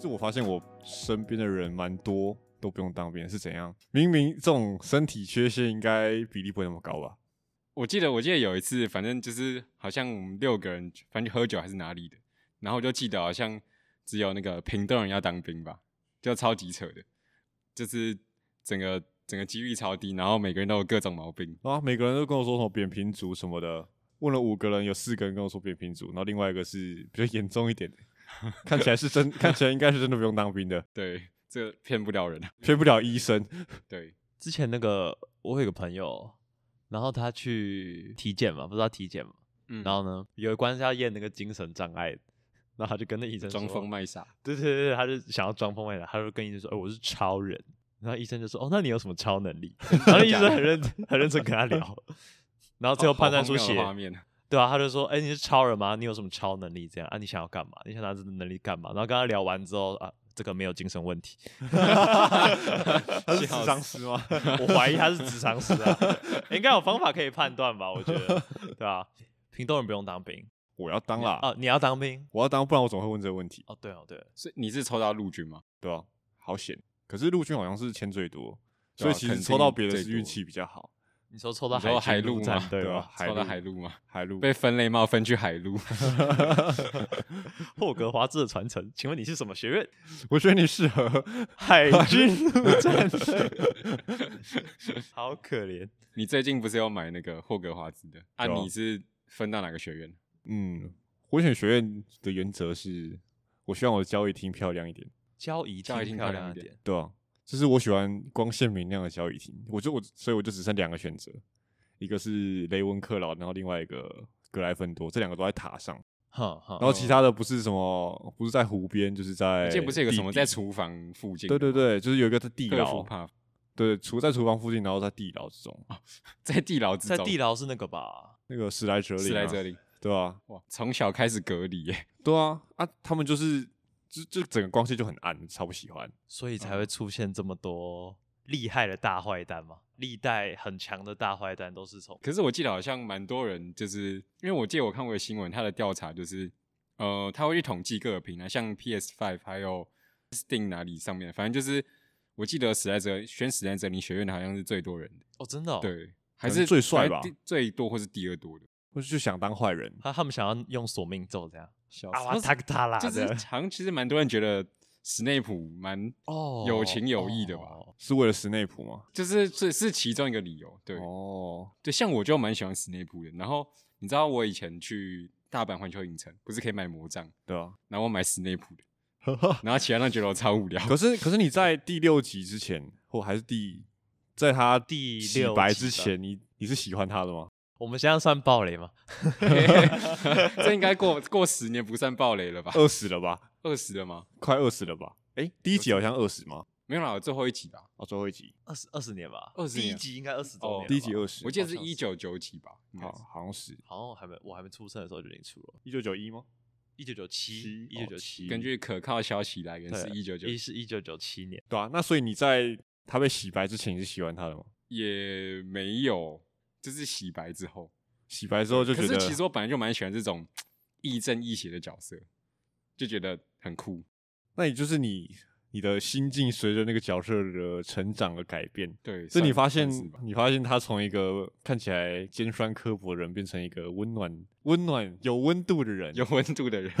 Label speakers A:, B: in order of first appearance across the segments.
A: 是我发现我身边的人蛮多都不用当兵，是怎样？明明这种身体缺陷应该比例不会那么高吧？
B: 我记得我记得有一次，反正就是好像我们六个人，反正就喝酒还是哪里的，然后我就记得好像只有那个屏东人要当兵吧，就超级扯的，就是整个整个几率超低，然后每个人都有各种毛病，
A: 啊，每个人都跟我说什么扁平足什么的，问了五个人，有四个人跟我说扁平足，然后另外一个是比较严重一点的，看起来是真，看起来应该是真的不用当兵的，
B: 对，这个骗不了人，啊
A: 骗不了医生。
B: 对，
C: 之前那个我有个朋友，然后他去体检嘛，不知道体检嘛，
B: 嗯
C: 然后呢，有一关是要验那个精神障碍，然后他就跟那医生
B: 装
C: 说
B: 疯，卖傻，
C: 对对对，他就想要装疯卖傻，他就跟医生说，哎、我是超人，然后医生就说，哦，那你有什么超能力？然后那医生很认真很认真跟他聊，然后最后
B: 好
C: 判
B: 荒
C: 断出
B: 谬的
C: 血，
B: 画面，
C: 对啊，他就说：“哎、你是超人吗？你有什么超能力？这样啊，你想要干嘛？你想拿这个能力干嘛？”然后跟他聊完之后啊，这个没有精神问题，
A: 他是智商师吗？
C: 我怀疑他是智商师啊，应该有方法可以判断吧？我觉得，对啊，屏东人不用当兵
A: 我要当啦，
C: 啊，你要当兵
A: 我要当，不然我怎么会问这个问题？
C: 哦，对哦，对，
B: 所以你是抽到陆军吗？
A: 对吧、好险！可是陆军好像是签最多，所
B: 对
A: 以
B: 啊
A: 其实
B: 肯定
A: 抽到别的
B: 最
A: 是运
B: 多
A: 气比较好。
C: 你说抽到
B: 你说
C: 海
B: 海
C: 军陆
B: 陆
C: 战
B: 吗
C: 队
A: 对
C: 吗
A: 啊？
B: 抽到海
A: 陆
B: 陆吗？
A: 海陆
B: 被分类帽分去海陆，
C: 霍格华兹的传承，请问你是什么学院？
A: 我觉得你适合，
C: 海军陆 战队，好可怜。
B: 你最近不是有买那个霍格华兹的啊？
A: 有啊
B: 你是分到哪个学院？
A: 嗯，我选学院的原则是，我希望我的交易厅漂亮一点，
C: 交椅
B: 交椅
C: 厅
B: 厅
C: 漂
B: 漂
C: 亮
B: 亮
C: 一
B: 一
C: 点
B: 点，
A: 对啊，就是我喜欢光线明亮的交易厅，我就我所以我就只剩两个选择，一个是雷文克劳，然后另外一个格莱芬多，这两个都在塔上，
C: 哼哼，
A: 然后其他的不是什么，不是在湖边，就是在
B: 哦这不是有个什么
A: 地底
B: 在厨房附近？
A: 对对，对，就是有一个在地
B: 克服哦
A: 牢，
B: 怕
A: 对，除在厨房附近，然后在地牢之中，
B: 在地牢之
C: 在
B: 中，
C: 地牢是那个吧？
A: 那个史莱哲林、啊，
B: 是来这里。
A: 对啊，
B: 哇，从小开始隔离耶，
A: 对啊，啊，他们就是就就整个光线就很暗，超不喜欢。
C: 所以才会出现这么多厉害的大坏蛋嘛。历代很强的大坏蛋都是从
B: 可是我记得好像蛮多人，就是因为我记得我看过一个新闻，他的调查就是，呃，他会去统计各个平台，像 PS Five 还有 Steam 哪里上面，反正就是我记得史莱哲选史莱哲林学院的好像是最多人的，
C: 哦，真的、哦，，
B: 对，还
A: 可能
B: 是
A: 最帅吧
B: 还是第最多或是第二多的，
A: 或是就想当坏人，
C: 他他们想要用索命咒这样，
B: 笑
C: 啊哇塔克塔拉
B: 哦就是
C: 的，
B: 好像其实蛮多人觉得史内普蛮
C: 哦
B: 有情有义的吧
C: 哦
A: 是为了斯内普吗？
B: 就是这是其中一个理由，对、
A: 哦，
B: 对，像我就蛮喜欢史内普的。然后你知道我以前去大阪环球影城，不是可以买魔杖，
A: 对啊。
B: 然后我买史内普的，然后其他人觉得我超无聊。
A: 可是可是你在第六集之前，或还是第在他
C: 第
A: 洗
C: 六
A: 白
C: 集
A: 之
C: 吧
A: 前，你你是喜欢他的吗？
C: 我们现在算暴雷吗？
B: 这应该过过十年不算暴雷了吧？
A: 饿死了吧，
B: 二十了吗？
A: 快饿死了吧？哎、第一集好像饿死吗？
B: 没有啦，最后一集吧。
A: 哦，最后一集，
C: 二十二十年吧，
B: 20
C: 第一
B: 年
C: 集应该二十周
B: 哦
C: 年了吧，
A: 第一集饿死，
B: 我记得是
A: 好像
B: 一九九几吧，应该
A: 好
B: 是
A: 好像是
C: 好像我还没我还没出生的时候就已经出了，
A: 一九九一吗？
C: 一九九七，一九九七，
B: 根据可靠消息来源
C: 对
B: 是一九九
C: 一，是一九九七年，
A: 对啊，那所以你在他被洗白之前，你是喜欢他的吗？
B: 也没有，就是洗白之后。
A: 洗白之后就
B: 可
A: 觉
B: 是
A: 得，
B: 其实我本来就蛮喜欢这种亦正亦邪的角色，就觉得很酷。
A: 那也就是你你的心境随着那个角色的成长而改变。
B: 对，
A: 所
B: 算
A: 以你发现
B: 算是吧，
A: 你发现他从一个看起来尖酸刻薄的人，变成一个温暖、温暖、有温度的人。
B: 有温度 的人，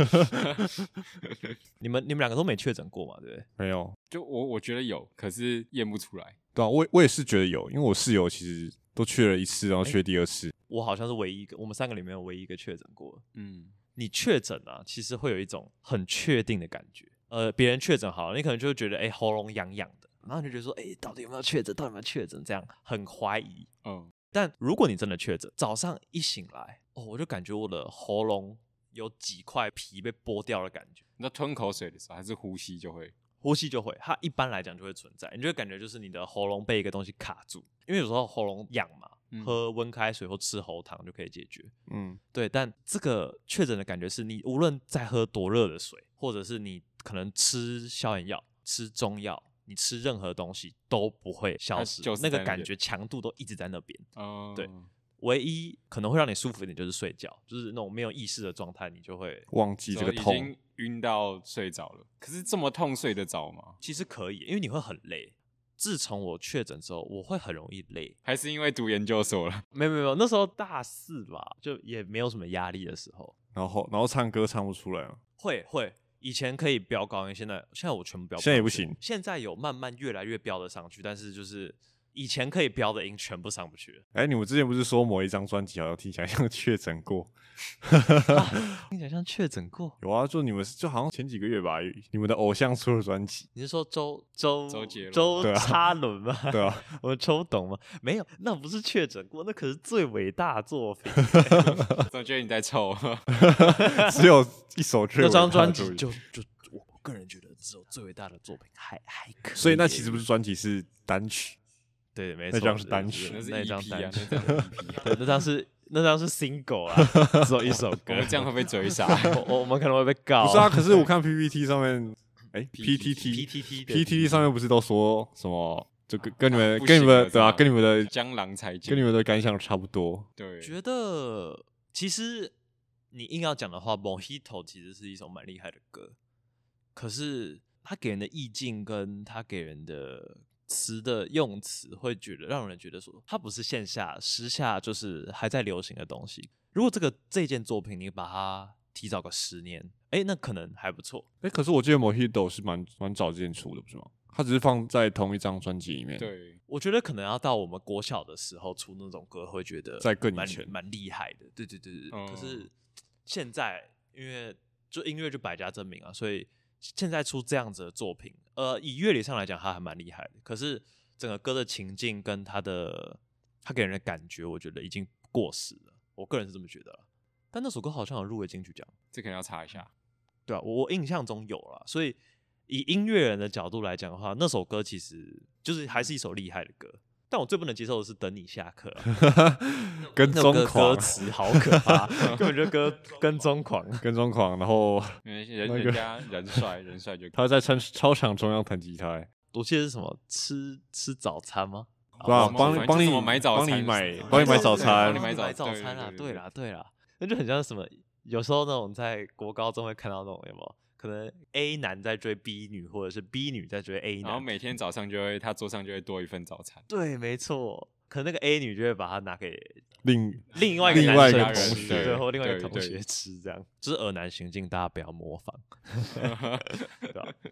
C: 你们你们两个都没确诊过嘛，对不对？
A: 没有？
B: 就我我觉得有，可是验不出来。
A: 对啊，我也我也是觉得有，因为我室友其实都去了一次，然后去了第二次。
C: 我好像是唯一一个，我们三个里面唯一一个确诊过的，
B: 嗯，
C: 你确诊啊，其实会有一种很确定的感觉。呃，别人确诊好了，你可能就会觉得，哎、喉咙痒痒的，然后你就觉得说，哎、到底有没有确诊？到底有没有确诊？这样很怀疑。
B: 哦，
C: 但如果你真的确诊，早上一醒来，哦，我就感觉我的喉咙有几块皮被剥掉的感觉，
B: 那吞口水的时候还是呼吸就会，
C: 呼吸就会，它一般来讲就会存在，你就会感觉就是你的喉咙被一个东西卡住，因为有时候喉咙痒嘛，
B: 嗯
C: 喝温开水或吃喉糖就可以解决。
A: 嗯，
C: 对，但这个确诊的感觉是你无论在喝多热的水，或者是你可能吃消炎药、吃中药，你吃任何东西都不会消
B: 它
C: 失，
B: 就是
C: 那
B: 在
C: 个
B: 那
C: 感
B: 边
C: 觉强度都一直在那边。
B: 哦，
C: 对唯一可能会让你舒服一点就是睡觉，就是那种没有意识的状态，你就会
A: 忘记这个
B: 哦已
A: 痛
B: 经，晕到睡着了。可是这么痛睡得着吗？
C: 其实可以，因为你会很累。自从我确诊之后，我会很容易累。
B: 还是因为读研究所了？
C: 没有没有没有，那时候大四吧，就也没有什么压力的时候，
A: 然后然后唱歌唱不出来了，
C: 会会。以前可以飙高音，现在现在我全部飙高音，
A: 现在也不行
C: 现在有慢慢越来越飙得上去，但是就是以前可以飙的音全部上不去了。
A: 哎，你们之前不是说某一张专辑好像听起来像 确诊过？
C: 听起来像确诊过。
A: 有啊，就你们就好像前几个月吧，你们的偶像出了专辑，
C: 你是说周周
B: 周杰伦
C: 周
A: 对啊
C: 插轮吗？
A: 对 啊，
C: 我抽懂吗？没有，那不是确诊过，那可是最伟大的作品。
B: 总觉得你在臭。
A: 只有一首 最伟
C: 那
A: 大
C: 张
A: 的
C: 专
A: 作
C: 辑
A: 品
C: 就就我个人觉得只有最伟大的作品还还可以耶。
A: 所以那其实不是专辑，是单曲。
C: 对，没
A: 那
C: 错，
A: 张是
C: 对
A: 单
C: 对
A: 曲
C: 对
B: 那是
C: 那张
B: EP 啊
C: 单曲，
B: 那张 EP 啊
C: 对，那张是那张是 single 啊， 只有一 首
B: 我
C: 歌
B: 们。这样会被追 杀。
C: 我我我们可能会被告。
A: 不是啊，可是我看 PPT 上面，哎
B: PTT
A: ，PTT
C: PTT 的
A: PTT 上面不是都说什么？就跟跟你们
B: 不
A: 跟你
B: 行
A: 们对
B: 了
A: 啊，
B: 这样
A: 跟你们的
B: 呃江郎才尽，
A: 跟你们的感想差不多。
B: 对，
C: 觉得其实你硬要讲的话，《Mojito》其实是一首蛮厉害的歌，可是它给人的意境跟它给人的词的用词，会觉得让人觉得说，它不是线下时下就是还在流行的东西。如果这个这件作品你把它提早个十年，哎，那可能还不错。
A: 哎，可是我记得 Mojito 是蛮蛮早之前出的，不是吗？它只是放在同一张专辑里面。，
B: 对，
C: 我觉得可能要到我们国小的时候出那种歌，会觉得
A: 再更以
C: 蛮
A: 前
C: 蛮厉害的。对对对对对。
B: 嗯
C: 可是现在因为就音乐就百家争鸣啊，所以现在出这样子的作品，呃，以乐理上来讲，它还蛮厉害的。可是整个歌的情境跟它的它给人的感觉，我觉得已经过时了。我个人是这么觉得啦。但那首歌好像有入围金曲奖，
B: 这可能要查 一下。
C: 对啊，我我印象中有啦，所以以音乐人的角度来讲的话，那首歌其实就是还是一首厉害的歌。但我最不能接受的是等你下课啊、
A: 跟
C: 那首
A: 踪
C: 歌歌
A: 狂，
C: 词好可 怕，根本就 歌跟踪狂。
A: 跟踪狂，然后
B: 因为人
A: 那个
B: 人家人帅，人帅就
A: 他在操操场中央弹吉他，欸
C: 我记得是什么吃吃早餐吗？
A: 对吧？
B: 哦什么
A: 帮
B: 反正
A: 帮
B: 就
A: 你
B: 是我买早
A: 帮你
B: 餐
A: 买
B: 什么
A: 帮你买
B: 对
A: 早
B: 对
A: 餐
B: 帮你，买早
C: 买
B: 餐
C: 早餐啦，
B: 对对
C: 对
B: 对
C: 啦对啦，那就很像什么，有时候那种在国高中会看到那种有没有？可能 A 男在追 B 女，或者是 B 女在追 A 男，
B: 然后每天早上就会，他桌上就会多一份早 餐。
C: 对，没错，可能那个 A 女就会把它拿给
A: 另
C: 另外一个
A: 另
C: 男
A: 外一
C: 生
A: 个
C: 吃
A: 同学
C: 对，或另外一个
B: 对
C: 同学
B: 对
C: 吃，这样就是恶男行径，大家不要模仿，对
A: 啊
C: 吧、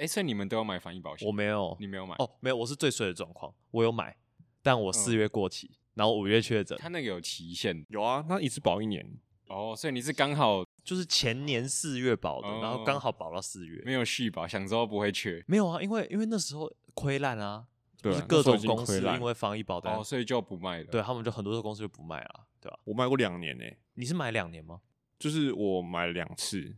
B: 哎，所以你们都有买防疫保险？
C: 我没有，
B: 你没有买？
C: 哦，没有，我是最衰的状况，我有买，但我
B: 嗯
C: 四月过期，然后五月确诊，
B: 他那个有期限
A: 有啊，那一次保一年，
B: 哦，所以你是刚好
C: 就是前年四月保的，然后刚
B: 哦
C: 好保到四月，
B: 没有续保，想之后不会缺
C: 没有啊，因为因为那时候亏烂啊，
A: 对啊
C: 就是
A: 那
C: 各
A: 时候已
C: 种
A: 经
C: 公
A: 亏
C: 司
A: 烂
C: 因为防疫保单，
B: 哦，所以就不卖了。
C: 对
A: 啊
C: 他们就很多的公司就不卖了，啊对吧、
A: 我买过两年呢、欸
C: 你是买两年吗？
A: 就是我买了两次，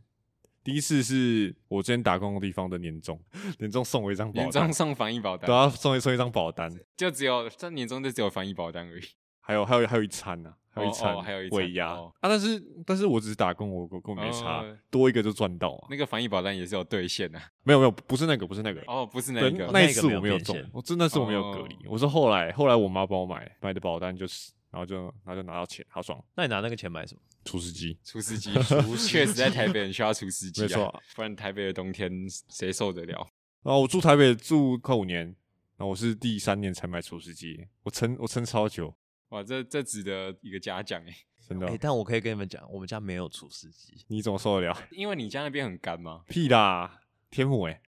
A: 第一次是我之前打工的地方的年终，年终送我一张保
B: 年终
A: 单，
B: 送防疫保单，
A: 对啊，送一送一张保单，
B: 就只有这年终就只有防疫保单而已。
A: 还有还有还有一餐呢、啊，还有一
B: 哦
A: 餐，
B: 哦还有一餐
A: 尾牙、
B: 哦
A: 啊，但是但是我只是打工，我我根本没差，
B: 哦
A: 多一个就赚到啊，
B: 那个防疫保单也是有兑现的、啊。
A: 没有没有，不是那个不是那个。
B: 哦，不是那
A: 对，
B: 一个，哦
A: 那
C: 那
A: 一
C: 个
A: 次
C: 没
A: 我
C: 有
A: 没有
C: 变
A: 中
C: 现，
A: 我真的是我没有隔离。我是后来后来我妈帮我买买的保单，就是然后就然后就拿到钱，好爽，
C: 那你拿那个钱买什么？
A: 厨师机。
B: 厨师 机，确实在台北很需要厨师机、啊，
A: 没错，
B: 不然台北的冬天谁受得了？
A: 然后我住台北住快五年，然后我是第三年才买厨师机，我撑我撑超久，
B: 哇，这这值得一个嘉奖哎，
A: 真的。
C: 哎、但我可以跟你们讲，我们家没有除湿机，
A: 你怎么受得了？
B: 因为你家那边很干吗？
A: 屁啦，天母哎、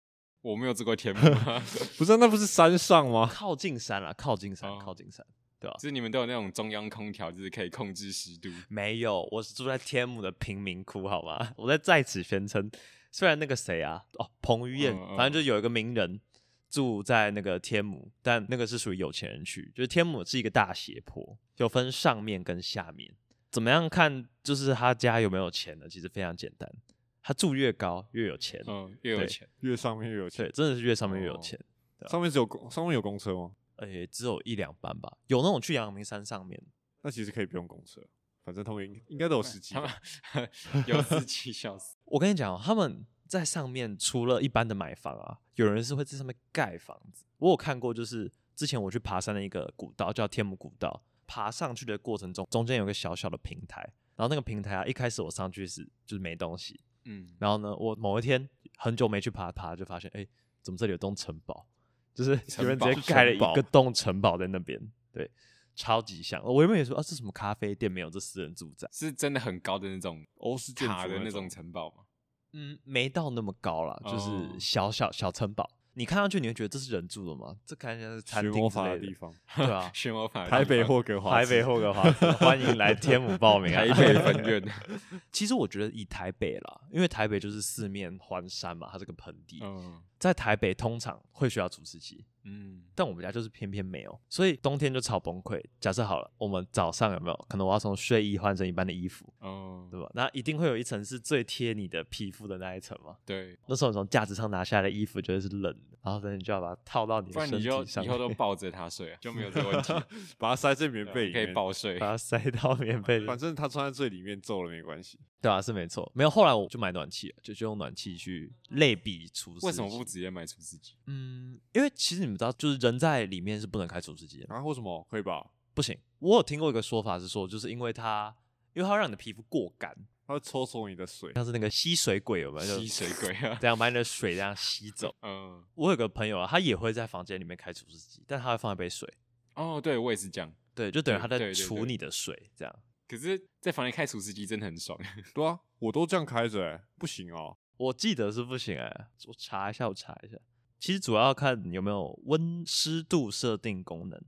B: 我没有做过天幕啊，
A: 不是那不是山上吗？
C: 靠近山啦，靠近山，
B: 哦
C: 靠近山。
B: 就是你们都有那种中央空调，就是可以控制 湿度。
C: 没有，我是住在天母的贫民窟，好吗？我在在此宣称，虽然那个谁啊，哦，彭于晏，
B: 嗯嗯
C: 反正就有一个名人住在那个天母，但那个是属于有钱人区，就是天母是一个大斜坡，有分上面跟下面。怎么样看就是他家有没有钱呢？其实非常简单，他住越高越有钱，
B: 嗯，越有
C: 对
B: 钱，
A: 越上面越有
C: 对，
A: 钱，
C: 真的是越上面越有
B: 哦
C: 钱。
A: 上面只有公上面有公车吗？
C: 而且只有一两班吧，有那种去阳明山上面，
A: 那其实可以不用公车，反正他们应应该都有司机
B: 他
A: 吧。
B: 们 有司机笑死。
C: 我跟你讲哦、他们在上面除了一般的买房啊，有人是会在上面盖房子。我有看过，就是之前我去爬山的一个古道，叫天母古道，爬上去的过程中，中间有个小小的平台，然后那个平台啊，一开始我上去是就是没东西，
B: 嗯，
C: 然后呢，我某一天很久没去爬爬，就发现哎、诶怎么这里有栋城堡？就是
B: 城
C: 有人直
B: 堡
C: 接盖了
A: 城堡
C: 一个栋城堡在那边，对，超级像。我原本也说啊，这什么咖啡店没有，这私人住宅，
B: 是真的很高的那种
A: 欧式建筑
B: 塔的那
A: 那
B: 种
A: 种
B: 城堡嘛？
C: 嗯，没到那么高啦，就
B: 哦，
C: 是小小小城堡。你看上去你会觉得这是人住的吗？这看起来是餐
A: 学
C: 厅
A: 魔
C: 之
A: 法
C: 类
A: 的地方，
C: 对啊
B: 漩涡法的地方，
A: 台北霍格华兹，
C: 台北霍格华兹，欢迎来天母报名啊！
B: 台北 分院，
C: 其实我觉得以台北啦，因为台北就是四面环山嘛，它是个盆地，
B: 嗯
C: 在台北通常会需要除湿机，
B: 嗯，
C: 但我们家就是偏偏没有，所以冬天就超崩溃。假设好了，我们早上有没有可能我要从睡衣换成一般的衣服，
B: 哦，
C: 对吧？那一定会有一层是最贴你的皮肤的那一层嘛。
B: 对，
C: 那时候你从架子上拿下来的衣服绝对是冷的，然后等你就要把它套到你
B: 不
C: 的
B: 然
C: 身
B: 你就
C: 体上
B: 以
C: 面
B: 后，都抱着它睡啊，就没有这个问 题，
A: 把它塞进棉被
B: 对啊
A: 里
B: 可以
A: 面，
B: 抱睡。
C: 把它塞 到棉被里
A: 反。正它穿在最里面皱了没关系。
C: 对啊，是没错。没有，后来我就买暖气了，就就用暖气去类比除湿机。
B: 为什么不直接买除湿 机？
C: 嗯，因为其实你们知道，就是人在里面是不能开除湿机的，
A: 然后为什么可以吧？
C: 不行。我有听过一个说法是说，就是因为它，因为它会让你的皮肤过干，
A: 它会抽走你的水，
C: 像是那个吸水鬼有没有？就
B: 吸水鬼啊，
C: 这样把你的水这样吸走。
B: 嗯，
C: 我有个朋友啊，他也会在房间里面开除湿机，但他会放一杯水，
B: 哦，对我也是这样。
C: 对，就等于
B: 对
C: 他
B: 对
C: 在
B: 对
C: 除
B: 对
C: 你的水，这样。
B: 可是，在房间开除湿机真的很爽，
A: 对啊，我都这样开着、欸，不行哦、
C: 我记得是不行哎、我查一下，我查一下。其实主要要看你有没有温湿度设定功能，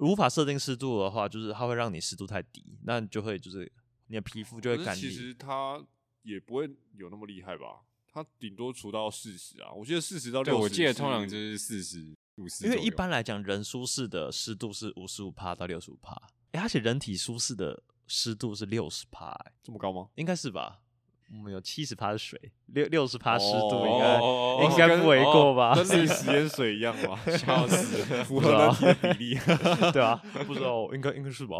C: 无法设定湿度的话，就是它会让你湿度太低，那你就会就是你的皮肤就会
A: 可
C: 干
A: 是其
C: 裂。
A: 实它也不会有那么厉害吧？它顶多除到四十啊，我记得四十到
B: 对
A: 六十。
B: 我记得通常就是四十五十，
C: 因为一般来讲，人舒适的湿度是五十五帕到六十五帕，诶而且人体舒适的湿度是六十帕，诶
A: 这么高吗？
C: 应该是吧？我们有七十帕是水，六六十帕湿度应该、
B: 哦
C: 应该不为过吧？
A: 跟那个食盐水一样嘛，
B: 笑死
A: 符合人体的比例。
C: 对啊，不知道，应该应该是吧？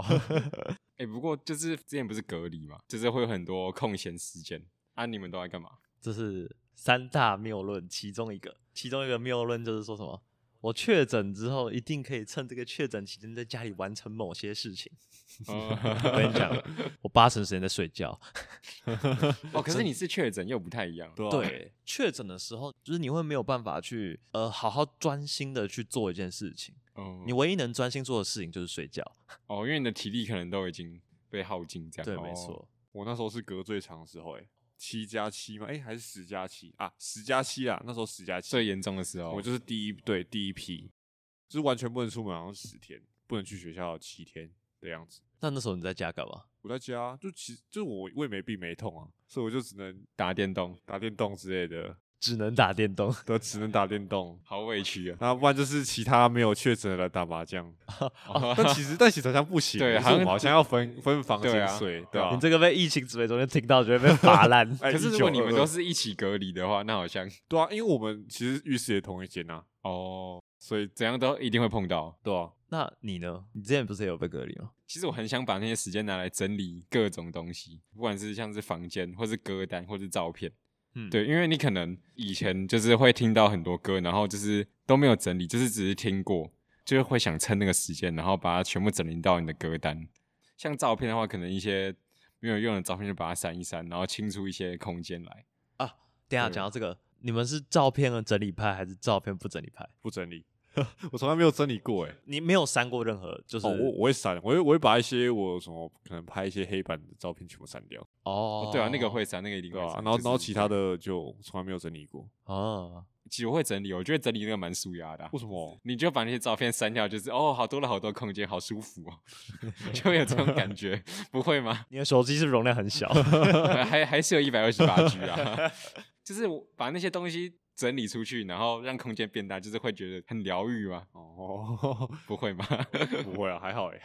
B: 哎、不过就是之前不是隔离嘛，就是会有很多空闲时间啊，你们都在干嘛？
C: 这是三大谬论其中一个，其中一个谬论就是说什么？我确诊之后，一定可以趁这个确诊期间在家里完成某些事情。我跟你 讲，我八成时间在睡觉。
B: 哦，可是你是确诊又不太一样，
A: 对啊
C: 对，确诊的时候，就是你会没有办法去呃好好专心的去做一件事情。
B: 哦，
C: 你唯一能专心做的事情就是睡觉。
B: 哦，因为你的体力可能都已经被耗尽，这样
C: 对，
B: 哦
C: 没错。
A: 我那时候是隔最长的时候、欸，七加七吗？哎、还是十加七啊？十加七啦，那时候十加七哦
B: 最严重的时候，
A: 我就是第一对第一批，就是完全不能出门，好像十天，不能去学校七天的样子。
C: 那那时候你在家干嘛？
A: 我在家就其实就我我也没病没痛啊，所以我就只能
B: 打电动，
A: 打电动之类的，
C: 只能打电动。
A: 都只能打电动。
B: 好委屈啊！
A: 那不然就是其他没有确诊的人打麻将，
B: 哦
A: 但其实但其实好像不行，
B: 对
A: 就是
B: 好像
A: 我们好像要分分房
B: 对
A: 间
B: 啊
A: 睡，对吧、
C: 你这个被疫情指挥中心听到，就会被罚烂。
A: 哎
B: 可是如果你们呃都
A: 1922
B: 是一起隔离的话，那好像
A: 对啊，因为我们其实浴室也同一间啊，
B: 哦，
A: 所以
B: 怎样都一定会碰到。
A: 对啊，
C: 那你呢？你之前不是也有被隔离吗？
B: 其实我很想把那些时间拿来整理各种东西，不管是像是房间，或是歌单，或是照片。
C: 嗯，
B: 对，因为你可能以前就是会听到很多歌，然后就是都没有整理，就是只是听过，就是会想趁那个时间，然后把它全部整理到你的歌单。像照片的话，可能一些没有用的照片就把它删一删，然后清出一些空间来。
C: 啊，等一下
B: 对
C: 讲到这个，你们是照片的整理派还是照片不整理派？
A: 不整理， 我从来没有整理
B: 哦
A: 过哎、
C: 你没有删过任何，就是
A: 哦，我我会删，我会我会把一些我什么可能拍一些黑板的照片全部删掉，
C: 哦
B: 哦，对啊，那个会删，那个一定会
A: 对吧、
B: 删
A: 然后
B: 就是
A: 然后其他的就从来没有整理过，
C: 哦，
B: 其实我会整理，我觉得整理那个蛮舒压的啊、
A: 为什么？
B: 你就把那些照片删掉，就是哦，好多了好多空间，好舒服哦， 就会有这种感觉，不会 吗？呃
C: 你的手机是不是容量很小， 哦
B: 还还是有一百二十八 G 啊， 就是我把那些东西整理出去，然后让空间变大，就是会觉得很疗愈吗？
A: 哦，
B: 不会吗？
A: 不会啊，还好哎、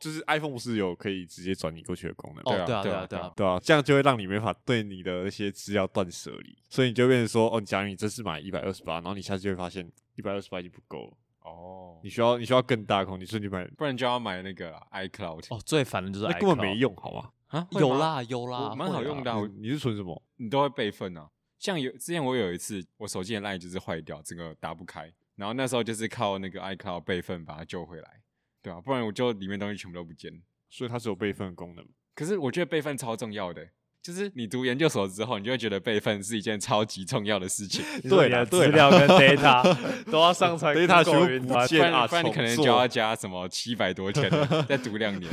A: 就是 iPhone 不是有可以直接转移过去的功能吗？
C: 哦，
B: 对啊
C: 对
B: 对啊
C: 啊，对啊，对
B: 对啊
C: 啊，
A: 对啊，这样就会让你没法对你的那些资料断舍离，所以你就变成说，哦，假如你这次买一百二十八，然后你下次就会发现一百二十八已经不够了，
B: 哦
A: 你，需要你需要更大的空间，所以你买
B: 不然就要买那个啦 iCloud
C: 哦，最烦的就是
A: 那
C: iCloud
A: 根本没用，好吗？
B: 啊会吗
C: 有啦有啦，
B: 我蛮好
C: 会啦
B: 用的啊我
A: 你你是存什么？
B: 你都会备份啊。像有之前我有一次，我手机的 LINE 就是坏掉，整个打不开，然后那时候就是靠那个 iCloud 备份把它救回来。对啊，不然我就里面东西全部都不见了。
A: 所以它是有备份功能。
B: 可是我觉得备份超重要的欸、就是你读研究所之后，你就会觉得备份是一件超级重要的事情，
A: 你说
C: 对
A: 你的
C: 的，
A: 资
C: 资
A: 料
C: 料
A: 跟
C: 跟 data 都要上传
A: Data 全部
C: Google 云端
A: 不
B: 不
A: 见
B: 然
A: 啊
B: 不然你可能
A: 重
B: 就
A: 做
B: 要加什么七百多天了，再读两年。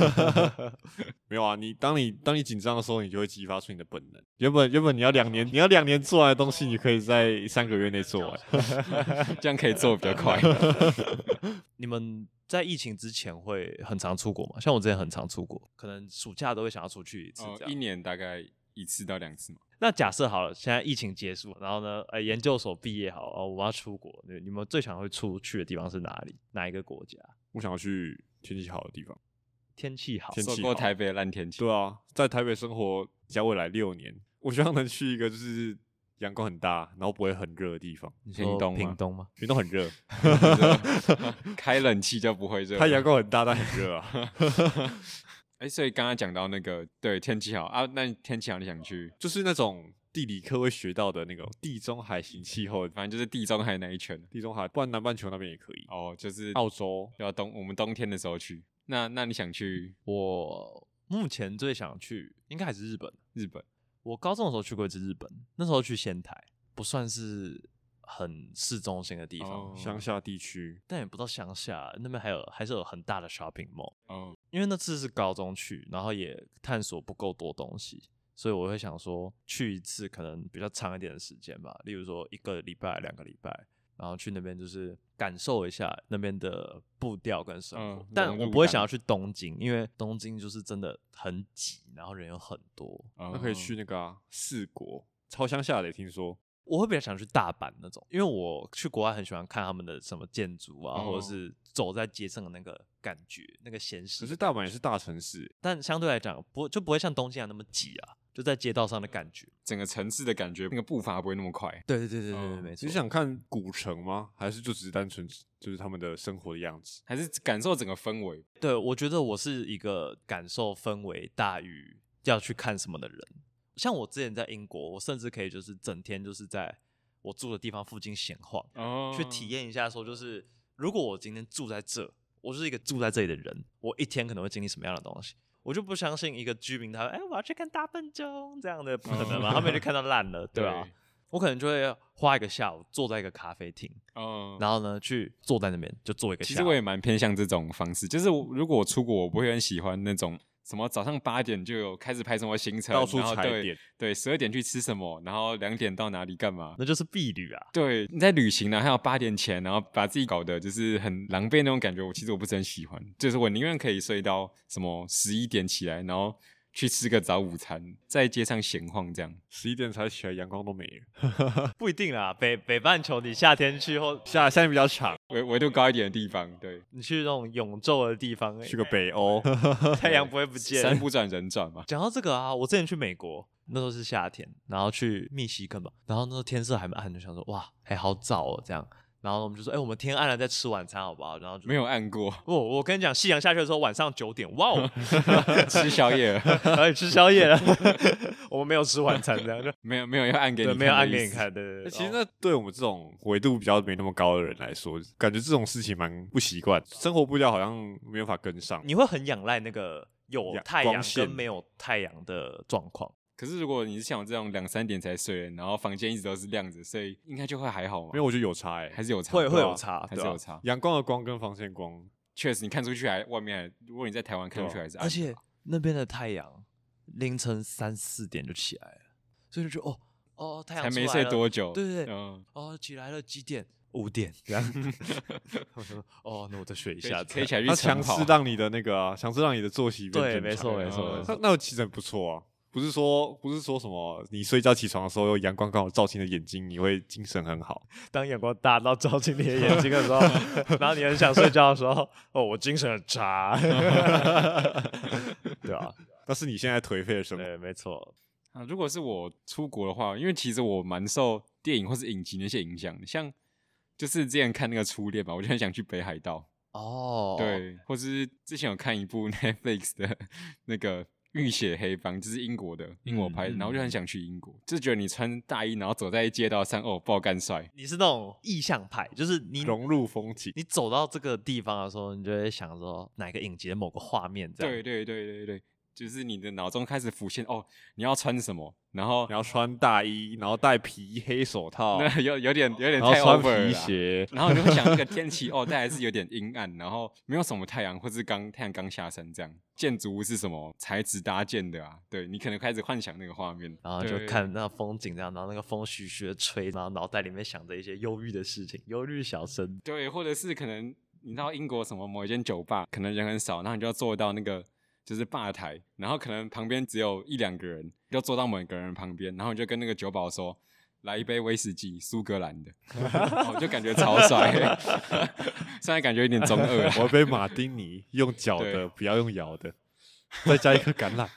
A: 没有啊，你当你当你紧张的时候，你就会激发出你的本能。原本原本你要两年，你要两年做完的东西，你可以在三个月内做完。
B: 这样可以做比较快。
C: 你们在疫情之前会很常出国吗？像我之前很常出国，可能暑假都会想要出去一次
B: 哦
C: 这，样。
B: 一年大概一次到两次嘛。
C: 那假设好了，现在疫情结束，然后呢，呃，研究所毕业好，哦，我要出国，你你们最想会出去的地方是哪里？哪一个国家？
A: 我想要去天气好的地方。
C: 天气好，
A: 天气
B: 受
A: 好
B: 过台北的烂天气，
A: 对啊，在台北生活加未来六年，我希望能去一个就是阳光很大，然后不会很热的地方。
C: 你
B: 屏
C: 说
B: 东吗
C: 屏东吗？
A: 云都很热，
B: 开冷气就不会热。
A: 它阳光很大，但很热啊。
B: 哎，所以刚刚讲到那个对天气好啊，那天气好你想去，
A: 就是那种地理课会学到的那种地中海型气候，
B: 反正就是地中海那一圈
A: 地中海，不然南半球那边也可以。
B: 哦，就是
A: 澳洲
B: 要冬我们冬天的时候去。那那你想去
C: 我目前最想去应该还是日本。
B: 日本？
C: 我高中的时候去过一次日本，那时候去仙台，不算是很市中心的地方，
B: 哦
A: 乡下地区，
C: 但也不到乡下，那边还有还是有很大的 shopping mall。
B: 哦，
C: 因为那次是高中去，然后也探索不够多东西，所以我会想说去一次可能比较长一点的时间吧，例如说一个礼拜、两个礼拜，然后去那边就是感受一下那边的步调跟生活。
B: 嗯
C: 但
B: 融
C: 啊我
B: 入
C: 不会
B: 感
C: 想要去东京，因为东京就是真的很挤，然后人有很多。
B: 那
A: 那可以去那个啊四国，超乡下的，听说。
C: 我会比较想去大阪那种，因为我去国外很喜欢看他们的什么建筑啊，
B: 哦
C: 或者是走在街上的那个感觉，那个闲适。
A: 可是大阪也是大城市，
C: 但相对来讲，不就不会像东京啊那么挤啊，就在街道上的感觉。
B: 整个城市的感觉，那个步伐不会那么快。
C: 对对对对对对，
B: 哦
C: 没
A: 你
C: 错。
A: 是想看古城吗？还是就只是单纯就是他们的生活的样子？
B: 还是感受整个氛围，
C: 对我觉得我是一个感受氛围大于要去看什么的人。像我之前在英国，我甚至可以就是整天就是在我住的地方附近闲晃，
B: 哦
C: 去体验一下，说就是如果我今天住在这，我就是一个住在这里的人，我一天可能会经历什么样的东西？我就不相信一个居民他哎、我要去看大笨钟这样的，不可能嘛？他们就看到烂了，对吧、啊？我可能就会花一个下午坐在一个咖啡厅，
B: 哦，
C: 然后呢去坐在那边就坐一个
B: 其
C: 下
B: 实
C: 午。
B: 我也蛮偏向这种方式，就是我如果我出国，我不会很喜欢那种什么早上八点就有开始排什么行程，
A: 到处
B: 然后
A: 踩
B: 对
A: 点，
B: 对，十二点去吃什么，然后两点到哪里干嘛。
C: 那就是婢女啊，
B: 对，你在旅行啊呢，还有八点前，然后把自己搞得就是很狼狈那种感觉，我其实我不是很喜欢。就是我宁愿可以睡到什么十一点起来，然后去吃个早午餐，在街上闲晃这样。
A: 十一点才起来，阳光都没了。
C: 不一定啦。北北半球，你夏天去或
A: 下下面比较长，
B: 维维度高一点的地方，对，
C: 你去那种永昼的地方，欸
A: 去个北欧，
C: 太阳不会不
B: 山
C: 见。
B: 不转人转嘛。
C: 讲到这个啊，我之前去美国，那时候是夏天，然后去密西根嘛，然后那时候天色还蛮暗，就想说哇，还好早哦这样。然后我们就说，哎、我们天暗了再吃晚餐好不好？然后就
B: 没有按过，
C: 不，我跟你讲，夕阳下去的时候晚上九点，哇哦，
B: 吃宵夜 了
C: 然后哎吃宵夜了， 我们没有吃晚餐，这样就
B: 没有没有要按给你
C: 对，
B: 看，
C: 没有按给你。看，对对
A: 欸
C: 对。
A: 其实
C: 哦
A: 那对我们这种纬度比较没那么高的人来说，感觉这种事情蛮不习惯，生活步调好像没有办法跟上。
C: 你会很仰赖那个有
A: 阳
C: 太
A: 光
C: 阳
A: 线
C: 跟没有太阳的状况。
B: 可是如果你是像我这种两三点才睡，然后房间一直都是亮着，所以应该就会还好嘛。
A: 没有，我觉得有差哎、
B: 还是有差，
C: 会会
B: 对啊
C: 有差
B: 还是
C: 对啊
B: 有差。
A: 阳光的光跟防线光，
B: 确实，你看出去还外面还，如果你在台湾看出去还是暗的，
C: 啊
B: 啊
C: 而且那边的太阳凌晨三四点就起来了，所以就觉得哦哦太阳
B: 才
C: 出
B: 没
C: 来
B: 睡
C: 了
B: 多久，
C: 对对对
B: 嗯，
C: 哦起来了几点？五点这样。 我想说哦，那我再睡一
B: 可以
C: 下，
B: 可以 起来去
A: 它强
B: 晨跑
A: 制让你的那个啊，强制让你的作息变
C: 对
A: 正
C: 没
A: 常啊
C: 错没错
B: 嗯
C: 没
A: 那
C: 错。
A: 那其实很不错啊，不是说不是说什么，你睡觉起床的时候，阳光刚好照进你的眼睛，你会精神很好。
C: 当阳光大到照进你的眼睛的时 候，然后你很想睡觉的时候，哦，我精神很差， 对啊，
A: 那是你现在颓废的生活。
C: 对，没错，
B: 啊，如果是我出国的话，因为其实我蛮受电影或是影集那些影响的，像就是之前看那个《初恋》嘛，我就很想去北海道，
C: 哦，
B: 对，或是之前有看一部 Netflix 的那个浴血黑帮，就是英国的，英国拍的，
C: 嗯嗯
B: 然后就很想去英国，就觉得你穿大衣，然后走在街道上，哦，爆干帅，
C: 你是那种意象派，就是你
A: 融入风景。
C: 你走到这个地方的时候，你就会想说哪个影集的某个画面这样。
B: 对对对对对，就是你的脑中开始浮现，哦，你要穿什么，然后
A: 你要穿大衣，然后戴皮黑手
C: 哦
A: 套，
B: 那有有点有点
A: 然后
B: 太 over
A: 穿
B: 了
A: 皮
B: 啦
A: 鞋，
B: 然后你会想 那个天气哦，但还是有点阴暗，然后没有什么太阳，或是刚太阳刚下山这样。建筑物是什么材质搭建的啊？对你可能开始幻想那个画面，
C: 然后就
B: 对
C: 看那风景，这样，然后那个风徐徐的吹，然后脑袋里面想着一些忧郁的事情，忧郁小生。
B: 对，或者是可能你知道英国什么某一间酒吧，可能人很少，然后你就要坐到那个就是吧台，然后可能旁边只有一两个人，就坐到某一个人旁边，然后你就跟那个酒保说。来一杯威士忌，苏格兰的， 我、哦、就感觉超帅， 虽然感觉有点中二啊，
A: 我被马丁尼用脚
B: 对
A: 的，不要用摇的，再加一颗橄榄。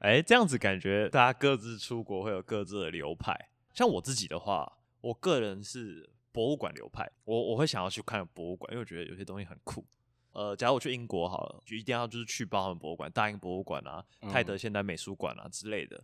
C: 哎，这样子感觉大家各自出国会有各自的流派。像我自己的话，我个人是博物馆流派，我我会想要去看博物馆，因为我觉得有些东西很酷。呃，假如我去英国好了，就一定要就是去包含博物馆，大英博物馆啊、泰德
B: 嗯
C: 现代美术馆啊之类的。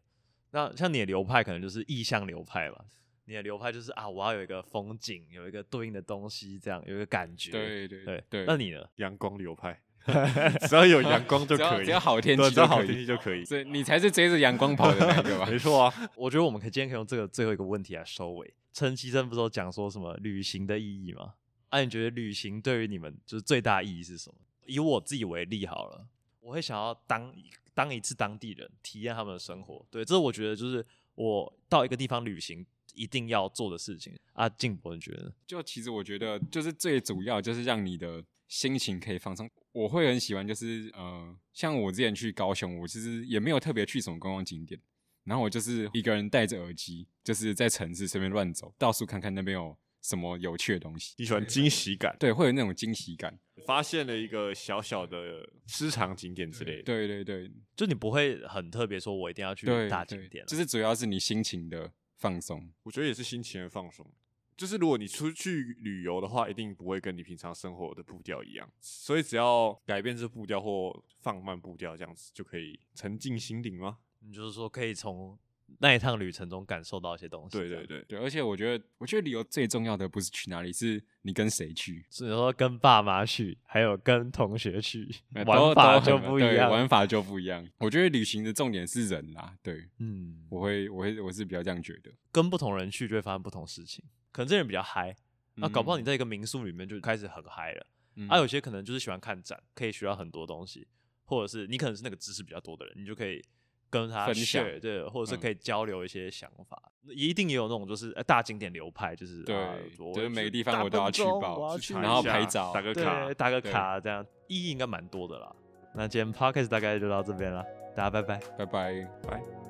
C: 那像你的流派可能就是意象流派吧，你的流派就是啊，我要有一个风景，有一个对应的东西，这样有一个感觉。
B: 对对
C: 对
B: 对，
C: 那你呢？
A: 阳光流派， 只要有阳光就
B: 只要
A: 可以，
B: 只要好天气
A: 对
B: 就
A: 只要好
B: 可以
A: 天气就可以。
B: 所以你才是追着阳光跑的那个吧？
A: 没错啊，
C: 我觉得我们可以今天可以用这个最后一个问题来收尾。陈其生不是有讲说什么旅行的意义吗？啊，你觉得旅行对于你们就是最大意义是什么？以我自己为例好了，我会想要当当一次当地人，体验他们的生活。对，这是我觉得就是我到一个地方旅行一定要做的事情。啊，静博，你觉得呢？
B: 就其实我觉得，就是最主要就是让你的心情可以放松。我会很喜欢，就是呃，像我之前去高雄，我其实也没有特别去什么观光景点，然后我就是一个人戴着耳机，就是在城市随便乱走，到处看看那边有什么有趣的东西。
A: 你喜欢惊喜感，
B: 对，会有那种惊喜感。
A: 发现了一个小小的私藏景点之类的。
B: 对对对
C: 就你不会很特别说，我一定要去
B: 对，
C: 大
B: 对
C: 景点啊，
B: 就是主要是你心情的放松。
A: 我觉得也是心情的放松。就是如果你出去旅游的话，一定不会跟你平常生活的步调一样，所以只要改变这步调或放慢步调，这样子就可以沉浸心灵吗？
C: 你就是说可以从那一趟旅程中感受到一些东西。
A: 对
C: 这样
A: 对对，
B: 对，而且我觉得，我觉得旅游最重要的不是去哪里，是你跟谁去。
C: 只能说跟爸妈去，还有跟同学去，
B: 呃
C: 玩
B: 都
C: 法
B: 都
C: 就
B: 很
C: 不一
B: 对
C: 样。
B: 玩法就不一样。我觉得旅行的重点是人啦，对
C: 嗯，
B: 我会，我会，我是比较这样觉得。
C: 跟不同人去就会发生不同事情。可能这人比较嗨，那、搞不好
B: 嗯
C: 你在一个民宿里面就开始很嗨了。
B: 嗯
C: 啊，有些可能就是喜欢看展，可以学到很多东西，或者是你可能是那个知识比较多的人，你就可以跟他
B: 分
C: share，
B: 享
C: 对，或者是
B: 嗯
C: 可以交流一些想法。一定也有那种就是、呃、大景点流派，就是
B: 对
C: 啊、我
B: 就是
C: 去
B: 每个地方
C: 大
B: 我都要
C: 笨
B: 去
C: 钟
B: 吧
C: 我要
A: 去
C: 去
A: 看
B: 然
A: 一
B: 后
A: 下
B: 拍照
A: 打个
C: 对，
A: 卡，
C: 打个
B: 对
C: 卡，这样意义应该蛮多的啦。那今天 podcast 大概就到这边了，大家拜拜。
B: 拜拜。
A: 拜。